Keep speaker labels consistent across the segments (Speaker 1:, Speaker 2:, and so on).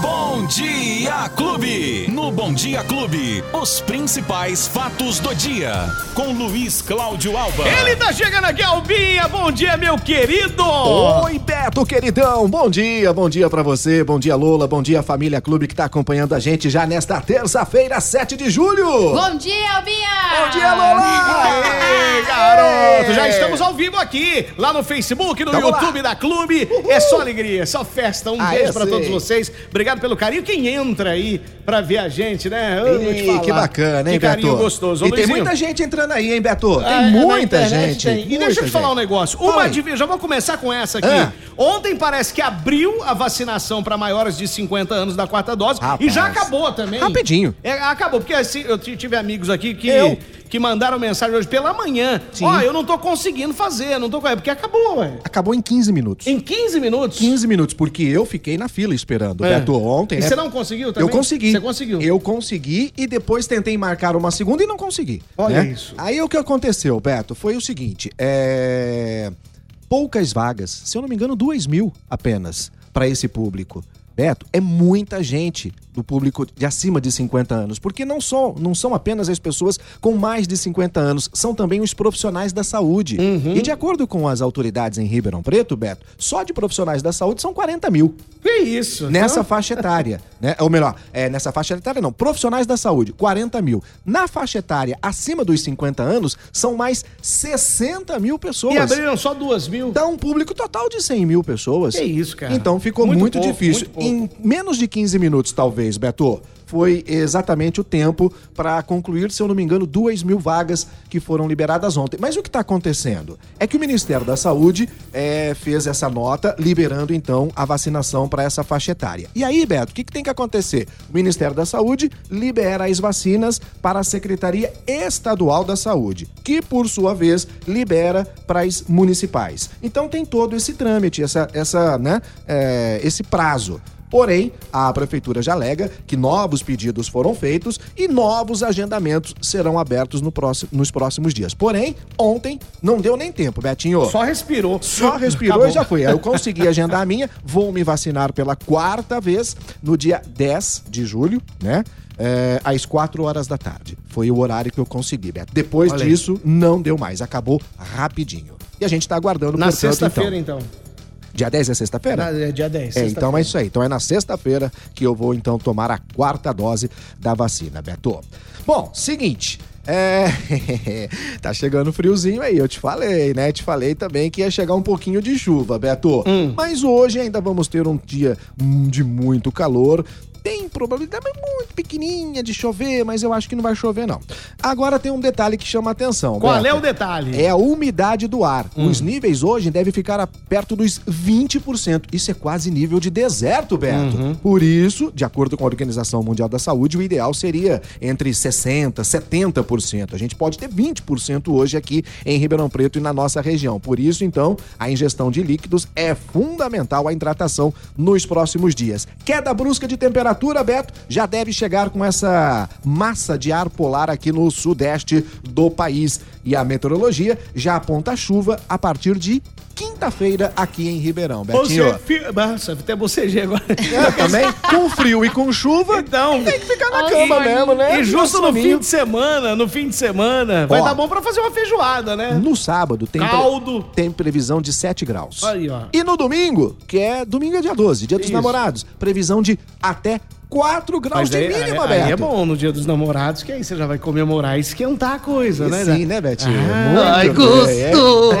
Speaker 1: Bom Dia Clube. No Bom Dia Clube, os principais fatos do dia. Com Luiz Cláudio Alba.
Speaker 2: Ele tá chegando aqui, Albinha. Bom dia, meu querido.
Speaker 3: Oi, Beto, queridão. Bom dia, bom dia pra você. Bom dia, Lola. Bom dia, família Clube que tá acompanhando a gente já nesta terça-feira, 7 de julho.
Speaker 4: Bom dia, Albinha!
Speaker 3: Bom dia, Lola.
Speaker 2: Aê, garoto. Já estamos ao vivo aqui, lá no Facebook, no
Speaker 3: Tamo lá.
Speaker 2: YouTube da Clube. É só alegria, é só festa. Um
Speaker 3: Ah,
Speaker 2: beijo
Speaker 3: eu
Speaker 2: pra
Speaker 3: sei.
Speaker 2: todos vocês. Obrigado pelo carinho. Quem entra aí pra ver a gente, né? Eu vou te
Speaker 3: Ih,
Speaker 2: falar.
Speaker 3: que bacana, hein,
Speaker 2: Que carinho
Speaker 3: Beto?
Speaker 2: gostoso. Ô,
Speaker 3: E tem
Speaker 2: Luizinho,
Speaker 3: muita gente entrando aí, hein, Beto? Tem
Speaker 2: Ah, é, na
Speaker 3: muita
Speaker 2: internet
Speaker 3: gente.
Speaker 2: tem. E deixa eu te falar um negócio. Uma
Speaker 3: Oi.
Speaker 2: divisão, já vou começar com essa aqui.
Speaker 3: Ah.
Speaker 2: Ontem parece que abriu a vacinação para maiores de 50 anos da quarta dose e
Speaker 3: Rapaz.
Speaker 2: já acabou também.
Speaker 3: Rapidinho.
Speaker 2: É, acabou, porque assim, eu t- tive amigos aqui que,
Speaker 3: Eu?
Speaker 2: que mandaram mensagem hoje pela manhã.
Speaker 3: Sim.
Speaker 2: Ó, eu não tô conseguindo fazer, não tô conseguindo, porque acabou, ué.
Speaker 3: Acabou em 15 minutos.
Speaker 2: Em 15 minutos.
Speaker 3: 15 minutos, porque eu fiquei na fila esperando.
Speaker 2: É.
Speaker 3: Beto, ontem.
Speaker 2: E
Speaker 3: né?
Speaker 2: você não conseguiu também?
Speaker 3: Eu consegui.
Speaker 2: Você conseguiu.
Speaker 3: Eu consegui e depois tentei marcar uma segunda e não consegui.
Speaker 2: Olha
Speaker 3: né?
Speaker 2: isso.
Speaker 3: Aí o que aconteceu, Beto, foi o seguinte: é... poucas vagas, se eu não me engano, duas mil apenas para esse público. Beto, é muita gente do público de acima de 50 anos, porque não só não são apenas as pessoas com mais de 50 anos, são também os profissionais da saúde.
Speaker 2: Uhum.
Speaker 3: E de acordo com as autoridades em Ribeirão Preto, Beto, só de profissionais da saúde são 40 mil.
Speaker 2: Que isso?
Speaker 3: Nessa
Speaker 2: Então,
Speaker 3: faixa etária, né? Ou melhor, é, nessa faixa etária não, profissionais da saúde, 40 mil. Na faixa etária acima dos 50 anos, são mais 60 mil pessoas.
Speaker 2: Então, E abriram só duas mil.
Speaker 3: Dá um público total de 100 mil pessoas.
Speaker 2: Que isso, cara.
Speaker 3: Então ficou
Speaker 2: Muito
Speaker 3: muito,
Speaker 2: pouco,
Speaker 3: difícil.
Speaker 2: muito pouco.
Speaker 3: Em menos de 15 minutos, talvez, Beto, foi exatamente o tempo para concluir, se eu não me engano, 2 mil vagas que foram liberadas ontem. Mas o que está acontecendo? É que o Ministério da Saúde eh, fez essa nota liberando, então, a vacinação para essa faixa etária. E aí, Beto, o que, que tem que acontecer? O Ministério da Saúde libera as vacinas para a Secretaria Estadual da Saúde, que, por sua vez, libera para as municipais. Então tem todo esse trâmite, essa, essa, né, eh, esse prazo. Porém, a prefeitura já alega que novos pedidos foram feitos e novos agendamentos serão abertos no próximo- nos próximos dias. Porém, ontem não deu nem tempo, Betinho.
Speaker 2: Só respirou.
Speaker 3: Só respirou
Speaker 2: Acabou.
Speaker 3: e já foi. Aí Eu consegui agendar a minha, vou me vacinar pela quarta vez no dia 10 de julho, né? É, às 4 horas da tarde. Foi o horário que eu consegui, Beto. Depois
Speaker 2: Olha aí.
Speaker 3: disso, não deu mais. Acabou rapidinho. E a gente tá aguardando,
Speaker 2: Na
Speaker 3: portanto,
Speaker 2: sexta-feira,
Speaker 3: então.
Speaker 2: então.
Speaker 3: Dia 10 é sexta-feira?
Speaker 2: Na- é dia 10.
Speaker 3: É,
Speaker 2: sexta-feira.
Speaker 3: então é isso aí. Então é na sexta-feira que eu vou então tomar a quarta dose da vacina, Beto. Bom, seguinte. É... tá chegando friozinho aí, eu te falei, né? Te falei também que ia chegar um pouquinho de chuva, Beto.
Speaker 2: Hum.
Speaker 3: Mas hoje ainda vamos ter um dia hum, de muito calor. Tem probabilidade muito pequenininha de chover, mas eu acho que não vai chover, não. Agora tem um detalhe que chama a atenção.
Speaker 2: Qual
Speaker 3: Beto.
Speaker 2: é o detalhe?
Speaker 3: É a umidade do ar. Os níveis hoje devem ficar a- perto dos 20%. Isso é quase nível de deserto, Beto. Por isso, de acordo com a Organização Mundial da Saúde, o ideal seria entre 60% 70%. A gente pode ter 20% hoje aqui em Ribeirão Preto e na nossa região. Por isso, então, a ingestão de líquidos é fundamental à hidratação nos próximos dias. Queda brusca de temperatura, Beto, já deve chegar com essa massa de ar polar aqui no sudeste do país. E a meteorologia já aponta chuva a partir de quinta-feira aqui em Ribeirão, Betinho.
Speaker 2: Você fi... Nossa, até bocejei agora.
Speaker 3: É, também com frio e com chuva,
Speaker 2: Então, tem que ficar
Speaker 3: na cama mesmo, né?
Speaker 2: E justo no
Speaker 3: Soninho.
Speaker 2: fim de semana, no fim de semana, vai
Speaker 3: Ó.
Speaker 2: dar bom pra fazer uma feijoada, né?
Speaker 3: No sábado tem, pre-
Speaker 2: Caldo.
Speaker 3: tem previsão de 7 graus.
Speaker 2: Aí, ó.
Speaker 3: E no domingo, que é domingo é dia 12, dia dos
Speaker 2: Isso.
Speaker 3: namorados, previsão de até 4 graus de mínima,
Speaker 2: aí,
Speaker 3: Beto.
Speaker 2: é bom no dia dos namorados, que aí você já vai comemorar e esquentar a coisa, né?
Speaker 3: Sim, né, Betinho?
Speaker 4: Ai,
Speaker 3: Muito bem, é.
Speaker 4: gostoso!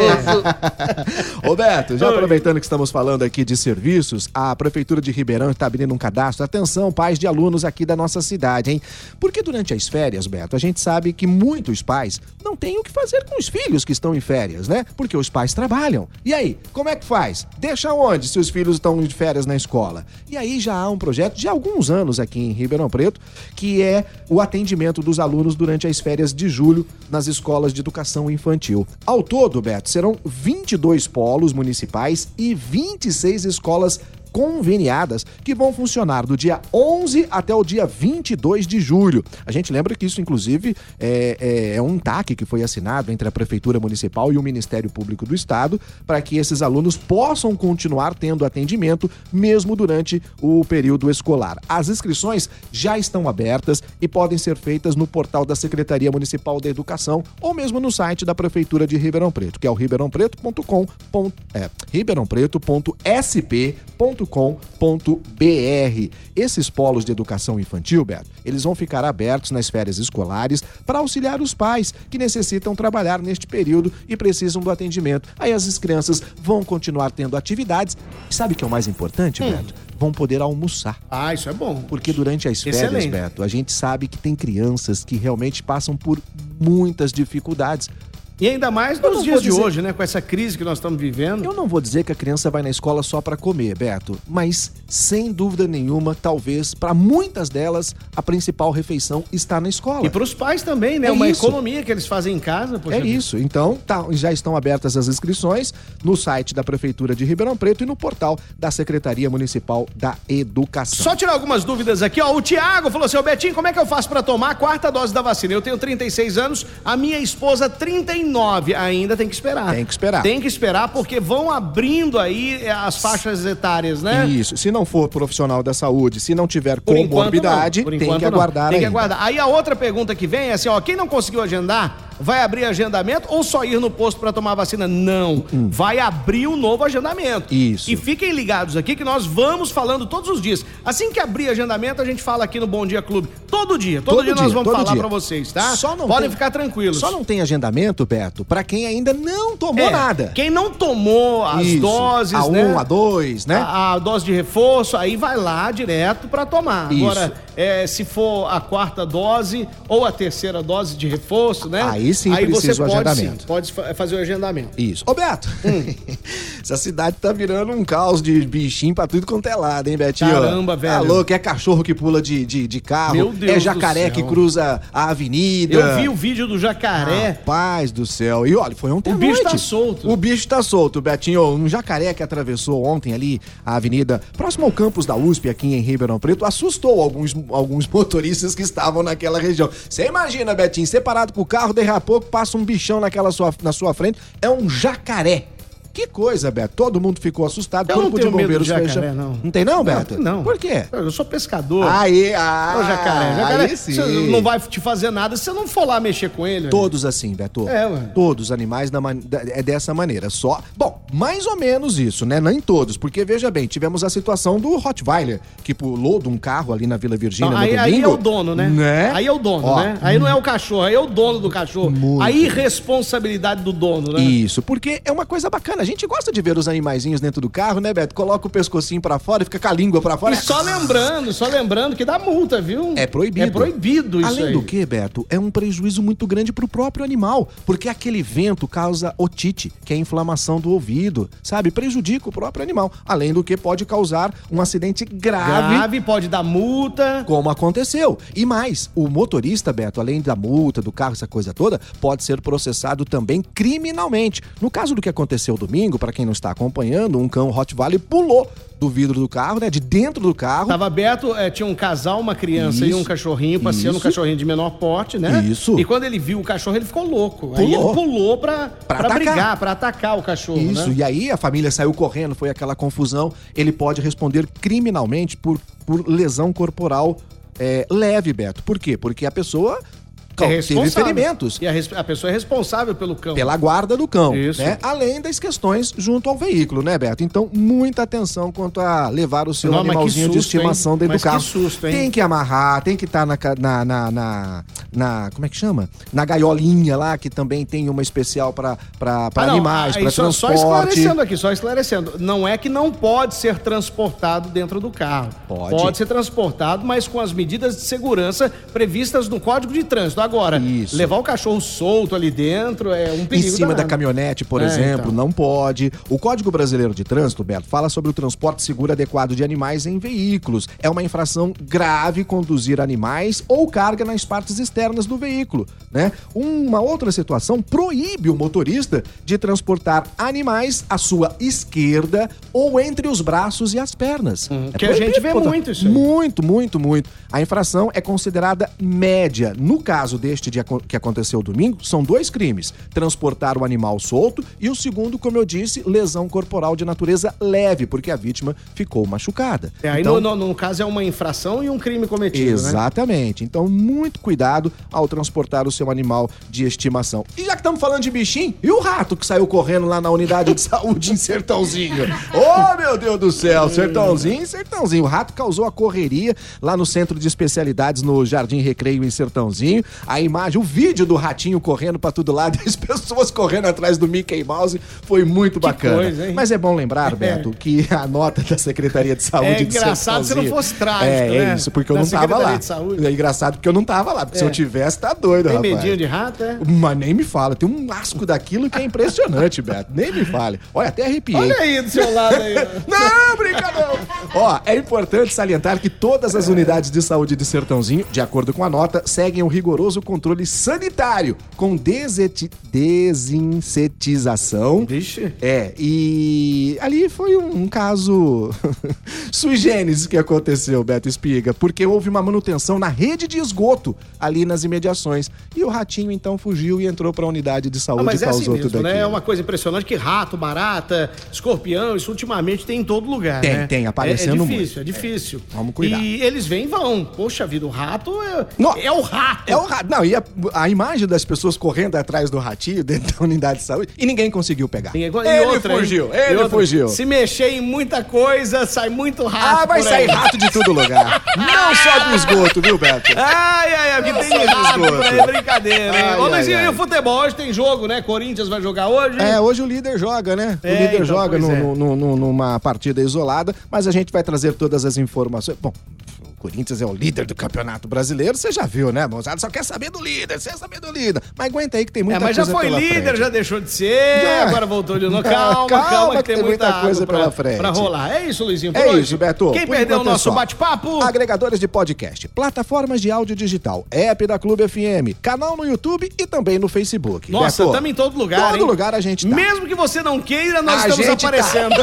Speaker 3: Ô Beto, já
Speaker 2: Oi.
Speaker 3: aproveitando que estamos falando aqui de serviços, a Prefeitura de Ribeirão está abrindo um cadastro. Atenção, pais de alunos aqui da nossa cidade, hein? Porque durante as férias, Beto, a gente sabe que muitos pais não têm o que fazer com os filhos que estão em férias, né? Porque os pais trabalham. E aí, como é que faz? Deixa onde se os filhos estão de férias na escola? E aí já há um projeto de alguns anos aqui em Ribeirão Preto, que é o atendimento dos alunos durante as férias de julho nas escolas de educação infantil. Ao todo, Beto, serão 22 polos municipais e 26 escolas conveniadas que vão funcionar do dia 11 até o dia 22 de julho. A gente lembra que isso, inclusive, é, é- é um TAC que foi assinado entre a Prefeitura Municipal e o Ministério Público do Estado para que esses alunos possam continuar tendo atendimento mesmo durante o período escolar. As inscrições já estão abertas e podem ser feitas no portal da Secretaria Municipal da Educação ou mesmo no site da Prefeitura de Ribeirão Preto, que é o ribeirãopreto.com. ponto- É, ribeirãopreto.sp.com.br. Esses polos de educação infantil, Beto, eles vão ficar abertos nas férias escolares para auxiliar os pais que necessitam trabalhar neste período e precisam do atendimento. Aí as crianças vão continuar tendo atividades. E sabe o que é o mais importante, Beto? Vão poder almoçar.
Speaker 2: Ah, isso é bom.
Speaker 3: Porque durante as férias,
Speaker 2: Excelente.
Speaker 3: Beto, a gente sabe que tem crianças que realmente passam por muitas dificuldades.
Speaker 2: E ainda mais
Speaker 3: Eu
Speaker 2: nos
Speaker 3: não
Speaker 2: dias
Speaker 3: vou
Speaker 2: de
Speaker 3: dizer-
Speaker 2: hoje, né? Com essa crise que nós estamos vivendo.
Speaker 3: Eu não vou dizer que a criança vai na escola só para comer, Beto, mas sem dúvida nenhuma, talvez para muitas delas, a principal refeição está na escola.
Speaker 2: E pros pais também, né?
Speaker 3: É
Speaker 2: Uma
Speaker 3: isso.
Speaker 2: economia que eles fazem em casa. poxa
Speaker 3: É
Speaker 2: vida.
Speaker 3: isso. Então, tá- já estão abertas as inscrições no site da Prefeitura de Ribeirão Preto e no portal da Secretaria Municipal da Educação.
Speaker 2: Só tirar algumas dúvidas aqui, ó. O Tiago falou assim: "Ô, Betinho, como é que eu faço pra tomar a quarta dose da vacina? Eu tenho 36 anos, a minha esposa 39, ainda tem que esperar.
Speaker 3: Tem que esperar.
Speaker 2: Tem que esperar porque vão abrindo aí eh, as faixas etárias, né?
Speaker 3: Isso. Se não for profissional da saúde, se não tiver
Speaker 2: Por enquanto,
Speaker 3: comorbidade,
Speaker 2: não. Por
Speaker 3: tem
Speaker 2: enquanto,
Speaker 3: que
Speaker 2: não.
Speaker 3: aguardar
Speaker 2: Tem que
Speaker 3: ainda.
Speaker 2: aguardar. Aí a outra pergunta que vem é assim, ó, quem não conseguiu agendar, vai abrir agendamento ou só ir no posto pra tomar a vacina? Não, vai abrir um novo agendamento.
Speaker 3: Hum. Isso.
Speaker 2: E fiquem ligados aqui que nós vamos falando todos os dias. Assim que abrir agendamento, a gente fala aqui no Bom Dia Clube. Todo dia, todo,
Speaker 3: Todo
Speaker 2: dia, nós
Speaker 3: dia,
Speaker 2: vamos
Speaker 3: todo
Speaker 2: falar
Speaker 3: dia.
Speaker 2: pra vocês, tá?
Speaker 3: Só não
Speaker 2: Podem
Speaker 3: tem-
Speaker 2: ficar tranquilos.
Speaker 3: Só não tem agendamento, Beto, pra quem ainda não tomou
Speaker 2: É,
Speaker 3: nada.
Speaker 2: Quem não tomou as
Speaker 3: Isso.
Speaker 2: doses,
Speaker 3: a
Speaker 2: né? Tá.
Speaker 3: um, a dois, né?
Speaker 2: A, a dose de reforço, aí vai lá direto pra tomar.
Speaker 3: Isso.
Speaker 2: Agora, é, se for a quarta dose ou a terceira dose de reforço, né?
Speaker 3: Aí sim
Speaker 2: aí
Speaker 3: precisa
Speaker 2: você
Speaker 3: o
Speaker 2: pode,
Speaker 3: agendamento.
Speaker 2: sim, pode fa- fazer o agendamento.
Speaker 3: Isso. Ô, Beto,
Speaker 2: Hum.
Speaker 3: essa cidade tá virando um caos de bichinho pra tudo quanto é lado, hein, Betinho?
Speaker 2: Caramba, velho.
Speaker 3: Tá louco, é cachorro que pula de, de, de carro,
Speaker 2: Meu Deus
Speaker 3: é
Speaker 2: do
Speaker 3: jacaré
Speaker 2: céu.
Speaker 3: que cruza a avenida.
Speaker 2: Eu vi o vídeo do jacaré.
Speaker 3: Rapaz do céu. E olha, foi ontem
Speaker 2: O
Speaker 3: à
Speaker 2: bicho
Speaker 3: noite.
Speaker 2: tá solto.
Speaker 3: O bicho tá solto, Betinho. Um jacaré que atravessou ontem ali a avenida próximo ao campus da USP, aqui em Ribeirão Preto, assustou alguns, alguns motoristas que estavam naquela região. Você imagina, Betinho, separado com o carro, daí a pouco passa um bichão naquela sua, na sua frente. É um jacaré. Que coisa, Beto. Todo mundo ficou assustado.
Speaker 2: Eu
Speaker 3: Corpo
Speaker 2: não
Speaker 3: de
Speaker 2: tenho medo
Speaker 3: bombeiros
Speaker 2: de jacaré,
Speaker 3: fecha-
Speaker 2: não.
Speaker 3: Não tem não, Beto?
Speaker 2: Não.
Speaker 3: Ah, Por quê?
Speaker 2: Eu sou pescador.
Speaker 3: Aí, ah,
Speaker 2: É o jacaré. jacaré
Speaker 3: aí sim.
Speaker 2: você não vai te fazer nada se você não for lá mexer com ele.
Speaker 3: Todos assim, Beto.
Speaker 2: É, ué.
Speaker 3: Todos os animais da man- da- é dessa maneira. Só. Bom, mais ou menos isso, né? Nem todos, porque veja bem, tivemos a situação do Rottweiler, que pulou de um carro ali na Vila Virgínia
Speaker 2: Não,
Speaker 3: né, no
Speaker 2: aí,
Speaker 3: domingo.
Speaker 2: aí é o dono, né? Aí é o dono,
Speaker 3: Ó,
Speaker 2: né? Aí não é o cachorro, aí é o dono do cachorro.
Speaker 3: Muito.
Speaker 2: A irresponsabilidade do dono, né?
Speaker 3: Isso, porque é uma coisa bacana. A gente gosta de ver os animaizinhos dentro do carro, né, Beto? Coloca o pescocinho pra fora, fica com a língua pra fora.
Speaker 2: E só lembrando, só lembrando que dá multa, viu?
Speaker 3: É proibido.
Speaker 2: É proibido isso
Speaker 3: Além
Speaker 2: aí.
Speaker 3: do que, Beto, é um prejuízo muito grande pro próprio animal, porque aquele vento causa otite, que é a inflamação do ouvido, sabe? Prejudica o próprio animal. Além do que pode causar um acidente grave.
Speaker 2: Grave pode dar multa.
Speaker 3: Como aconteceu. E mais, o motorista, Beto, além da multa, do carro, essa coisa toda, pode ser processado também criminalmente. No caso do que aconteceu domingo, pra quem não está acompanhando, um cão Rottweiler pulou do vidro do carro, né? De dentro do carro.
Speaker 2: Tava aberto, eh, tinha um casal, uma criança e
Speaker 3: Isso.
Speaker 2: um cachorrinho, passeando um
Speaker 3: Isso.
Speaker 2: cachorrinho de menor porte, né?
Speaker 3: Isso.
Speaker 2: E quando ele viu o cachorro, ele ficou louco. Aí ele
Speaker 3: Pulou.
Speaker 2: pulou pra, pra,
Speaker 3: Pra atacar.
Speaker 2: brigar, pra atacar o cachorro,
Speaker 3: Isso,
Speaker 2: né?
Speaker 3: e aí a família saiu correndo, foi aquela confusão. Ele pode responder criminalmente por, por lesão corporal é, leve, Beto. Por quê? Porque a pessoa cal- teve ferimentos
Speaker 2: É E a, res- a pessoa é responsável pelo cão.
Speaker 3: pela guarda do cão,
Speaker 2: Isso.
Speaker 3: né? Além das questões junto ao veículo, né, Beto? Então, muita atenção quanto a levar o seu
Speaker 2: Não, mas que
Speaker 3: animalzinho de
Speaker 2: susto,
Speaker 3: estimação
Speaker 2: hein?
Speaker 3: dentro
Speaker 2: Mas
Speaker 3: do carro.
Speaker 2: que susto, hein?
Speaker 3: Tem que amarrar, tem que estar na, ca- na, na, na, na- como é que chama? Na gaiolinha lá, que também tem uma especial para
Speaker 2: Ah, não,
Speaker 3: animais,
Speaker 2: aí
Speaker 3: para
Speaker 2: só,
Speaker 3: transporte.
Speaker 2: só esclarecendo aqui, só esclarecendo. Não é que não pode ser transportado dentro do carro.
Speaker 3: Pode.
Speaker 2: ser transportado, mas com as medidas de segurança previstas no Código de Trânsito. Agora,
Speaker 3: Isso.
Speaker 2: levar o cachorro solto ali dentro é um
Speaker 3: em
Speaker 2: perigo.
Speaker 3: cima da
Speaker 2: danado.
Speaker 3: caminhonete, por
Speaker 2: É,
Speaker 3: exemplo,
Speaker 2: então.
Speaker 3: não pode. O Código Brasileiro de Trânsito, Beto, fala sobre o transporte seguro adequado de animais em veículos. É uma infração grave conduzir animais ou carga nas partes externas externas do veículo, né? Uma outra situação proíbe o motorista de transportar animais à sua esquerda ou entre os braços e as pernas. É
Speaker 2: Hum, que a gente
Speaker 3: proibido,
Speaker 2: vê
Speaker 3: portanto.
Speaker 2: muito isso aí.
Speaker 3: Muito, muito, muito. A infração é considerada média. No caso deste dia co- que aconteceu domingo, são dois crimes: transportar o animal solto e o segundo, como eu disse, lesão corporal de natureza leve, porque a vítima ficou machucada.
Speaker 2: É, aí
Speaker 3: Então,
Speaker 2: no, no- no caso é uma infração e um crime cometido, né?
Speaker 3: Exatamente. Então, muito cuidado ao transportar o seu animal de estimação. E já que estamos falando de bichinho, e o rato que saiu correndo lá na unidade de saúde em Sertãozinho? Ô, meu Deus do céu! Sertãozinho, Sertãozinho. O rato causou a correria lá no centro de especialidades no Jardim Recreio em Sertãozinho. A imagem, o vídeo do ratinho correndo pra todo lado, as pessoas correndo atrás do Mickey Mouse, foi muito bacana.
Speaker 2: coisa, hein?
Speaker 3: Mas é bom lembrar, Beto, que a nota da Secretaria de Saúde de
Speaker 2: É engraçado se não
Speaker 3: Sertãozinho-
Speaker 2: fosse trágico,
Speaker 3: É,
Speaker 2: né?
Speaker 3: é isso, porque eu
Speaker 2: Da
Speaker 3: não tava
Speaker 2: Secretaria
Speaker 3: lá.
Speaker 2: de Saúde. É.
Speaker 3: É engraçado porque eu não tava lá, porque se eu tivesse, tá doido,
Speaker 2: Tem
Speaker 3: rapaz.
Speaker 2: medinho de rato, é?
Speaker 3: Mas nem me fala, tem um asco daquilo que é impressionante, Beto. Nem me fale. Olha, até arrepiei.
Speaker 2: Olha aí do seu lado aí. ó.
Speaker 3: Não, brincadeira! Ó, é importante salientar que todas as unidades de saúde de Sertãozinho, de acordo com a nota, seguem o rigoroso controle sanitário com deseti- desinsetização.
Speaker 2: Vixe.
Speaker 3: É, e ali foi um, um caso sui generis que aconteceu, Beto Espiga, porque houve uma manutenção na rede de esgoto ali nas imediações. E o ratinho então fugiu e entrou pra unidade de saúde
Speaker 2: Ah, mas
Speaker 3: e
Speaker 2: é assim
Speaker 3: causou
Speaker 2: mesmo,
Speaker 3: tudo
Speaker 2: né?
Speaker 3: aquilo.
Speaker 2: É uma coisa impressionante que rato, barata, escorpião, isso ultimamente tem em todo lugar,
Speaker 3: Tem,
Speaker 2: né?
Speaker 3: tem, aparecendo
Speaker 2: É, é
Speaker 3: muito.
Speaker 2: difícil, é difícil.
Speaker 3: Vamos cuidar.
Speaker 2: E eles vêm e vão. Poxa vida, o rato é,
Speaker 3: Não.
Speaker 2: é o rato.
Speaker 3: É o rato. Não, e a, a imagem das pessoas correndo atrás do ratinho dentro da unidade de saúde e ninguém conseguiu pegar.
Speaker 2: Ninguém- e
Speaker 3: ele
Speaker 2: outra, hein?
Speaker 3: fugiu,
Speaker 2: E
Speaker 3: ele
Speaker 2: outra,
Speaker 3: fugiu.
Speaker 2: Se mexer em muita coisa, sai muito rato.
Speaker 3: Ah, vai
Speaker 2: por
Speaker 3: sair
Speaker 2: aí.
Speaker 3: rato de todo lugar. Não só do esgoto, viu, Beto?
Speaker 2: Ai, ai, ai, porque tem
Speaker 3: Sai
Speaker 2: rato
Speaker 3: esgoto.
Speaker 2: por aí, é brincadeira, hein?
Speaker 3: Ai,
Speaker 2: Ô, mas
Speaker 3: ai,
Speaker 2: e,
Speaker 3: ai.
Speaker 2: e o futebol? Hoje tem jogo, né? Corinthians vai jogar hoje.
Speaker 3: É, hoje o líder joga, né?
Speaker 2: É,
Speaker 3: o líder
Speaker 2: então,
Speaker 3: joga
Speaker 2: pois
Speaker 3: no-
Speaker 2: é.
Speaker 3: no- no- no- numa partida isolada, mas a gente vai trazer todas as informações. Bom, o Corinthians é o líder do Campeonato Brasileiro, você já viu, né, moçada? Só quer saber do líder, você quer saber do líder. Mas aguenta aí que tem
Speaker 2: É,
Speaker 3: muita
Speaker 2: mas
Speaker 3: coisa
Speaker 2: já foi
Speaker 3: pela
Speaker 2: líder,
Speaker 3: frente. É.
Speaker 2: já deixou de ser,
Speaker 3: Já.
Speaker 2: agora voltou de novo. Calma, calma, que tem muita,
Speaker 3: coisa
Speaker 2: água pra,
Speaker 3: pela frente.
Speaker 2: pra rolar. É isso, Luizinho. por
Speaker 3: É
Speaker 2: hoje.
Speaker 3: isso, Beto.
Speaker 2: Quem
Speaker 3: Por
Speaker 2: perdeu o
Speaker 3: enquanto é
Speaker 2: nosso
Speaker 3: só.
Speaker 2: bate-papo?
Speaker 3: Agregadores de podcast, plataformas de áudio digital, app da Clube FM, canal no YouTube e também no Facebook.
Speaker 2: Nossa,
Speaker 3: Beto,
Speaker 2: estamos em todo lugar,
Speaker 3: Todo
Speaker 2: hein?
Speaker 3: lugar a gente tá.
Speaker 2: Mesmo que você não queira, nós
Speaker 3: A
Speaker 2: estamos
Speaker 3: gente tá.
Speaker 2: aparecendo.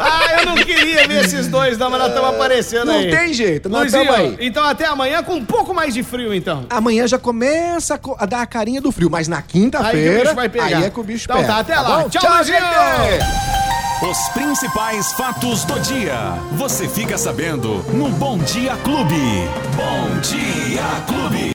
Speaker 2: ah, eu não queria ver esses dois, não, mas nós estamos aparecendo
Speaker 3: Não
Speaker 2: aí.
Speaker 3: tem jeito, nós
Speaker 2: Luizinho,
Speaker 3: tamo aí.
Speaker 2: então até amanhã com um pouco mais de frio, então.
Speaker 3: Ah. Amanhã já começa a co- a dar a carinha do frio, mas na
Speaker 2: Aí que o
Speaker 3: quinta-feira.
Speaker 2: bicho vai pegar.
Speaker 3: Aí é que o bicho
Speaker 2: Então
Speaker 3: pega.
Speaker 2: tá, até lá.
Speaker 3: bom?
Speaker 2: Tchau, Luizinho.
Speaker 3: gente!
Speaker 1: Os principais fatos do dia. Você fica sabendo no Bom Dia Clube. Bom Dia Clube.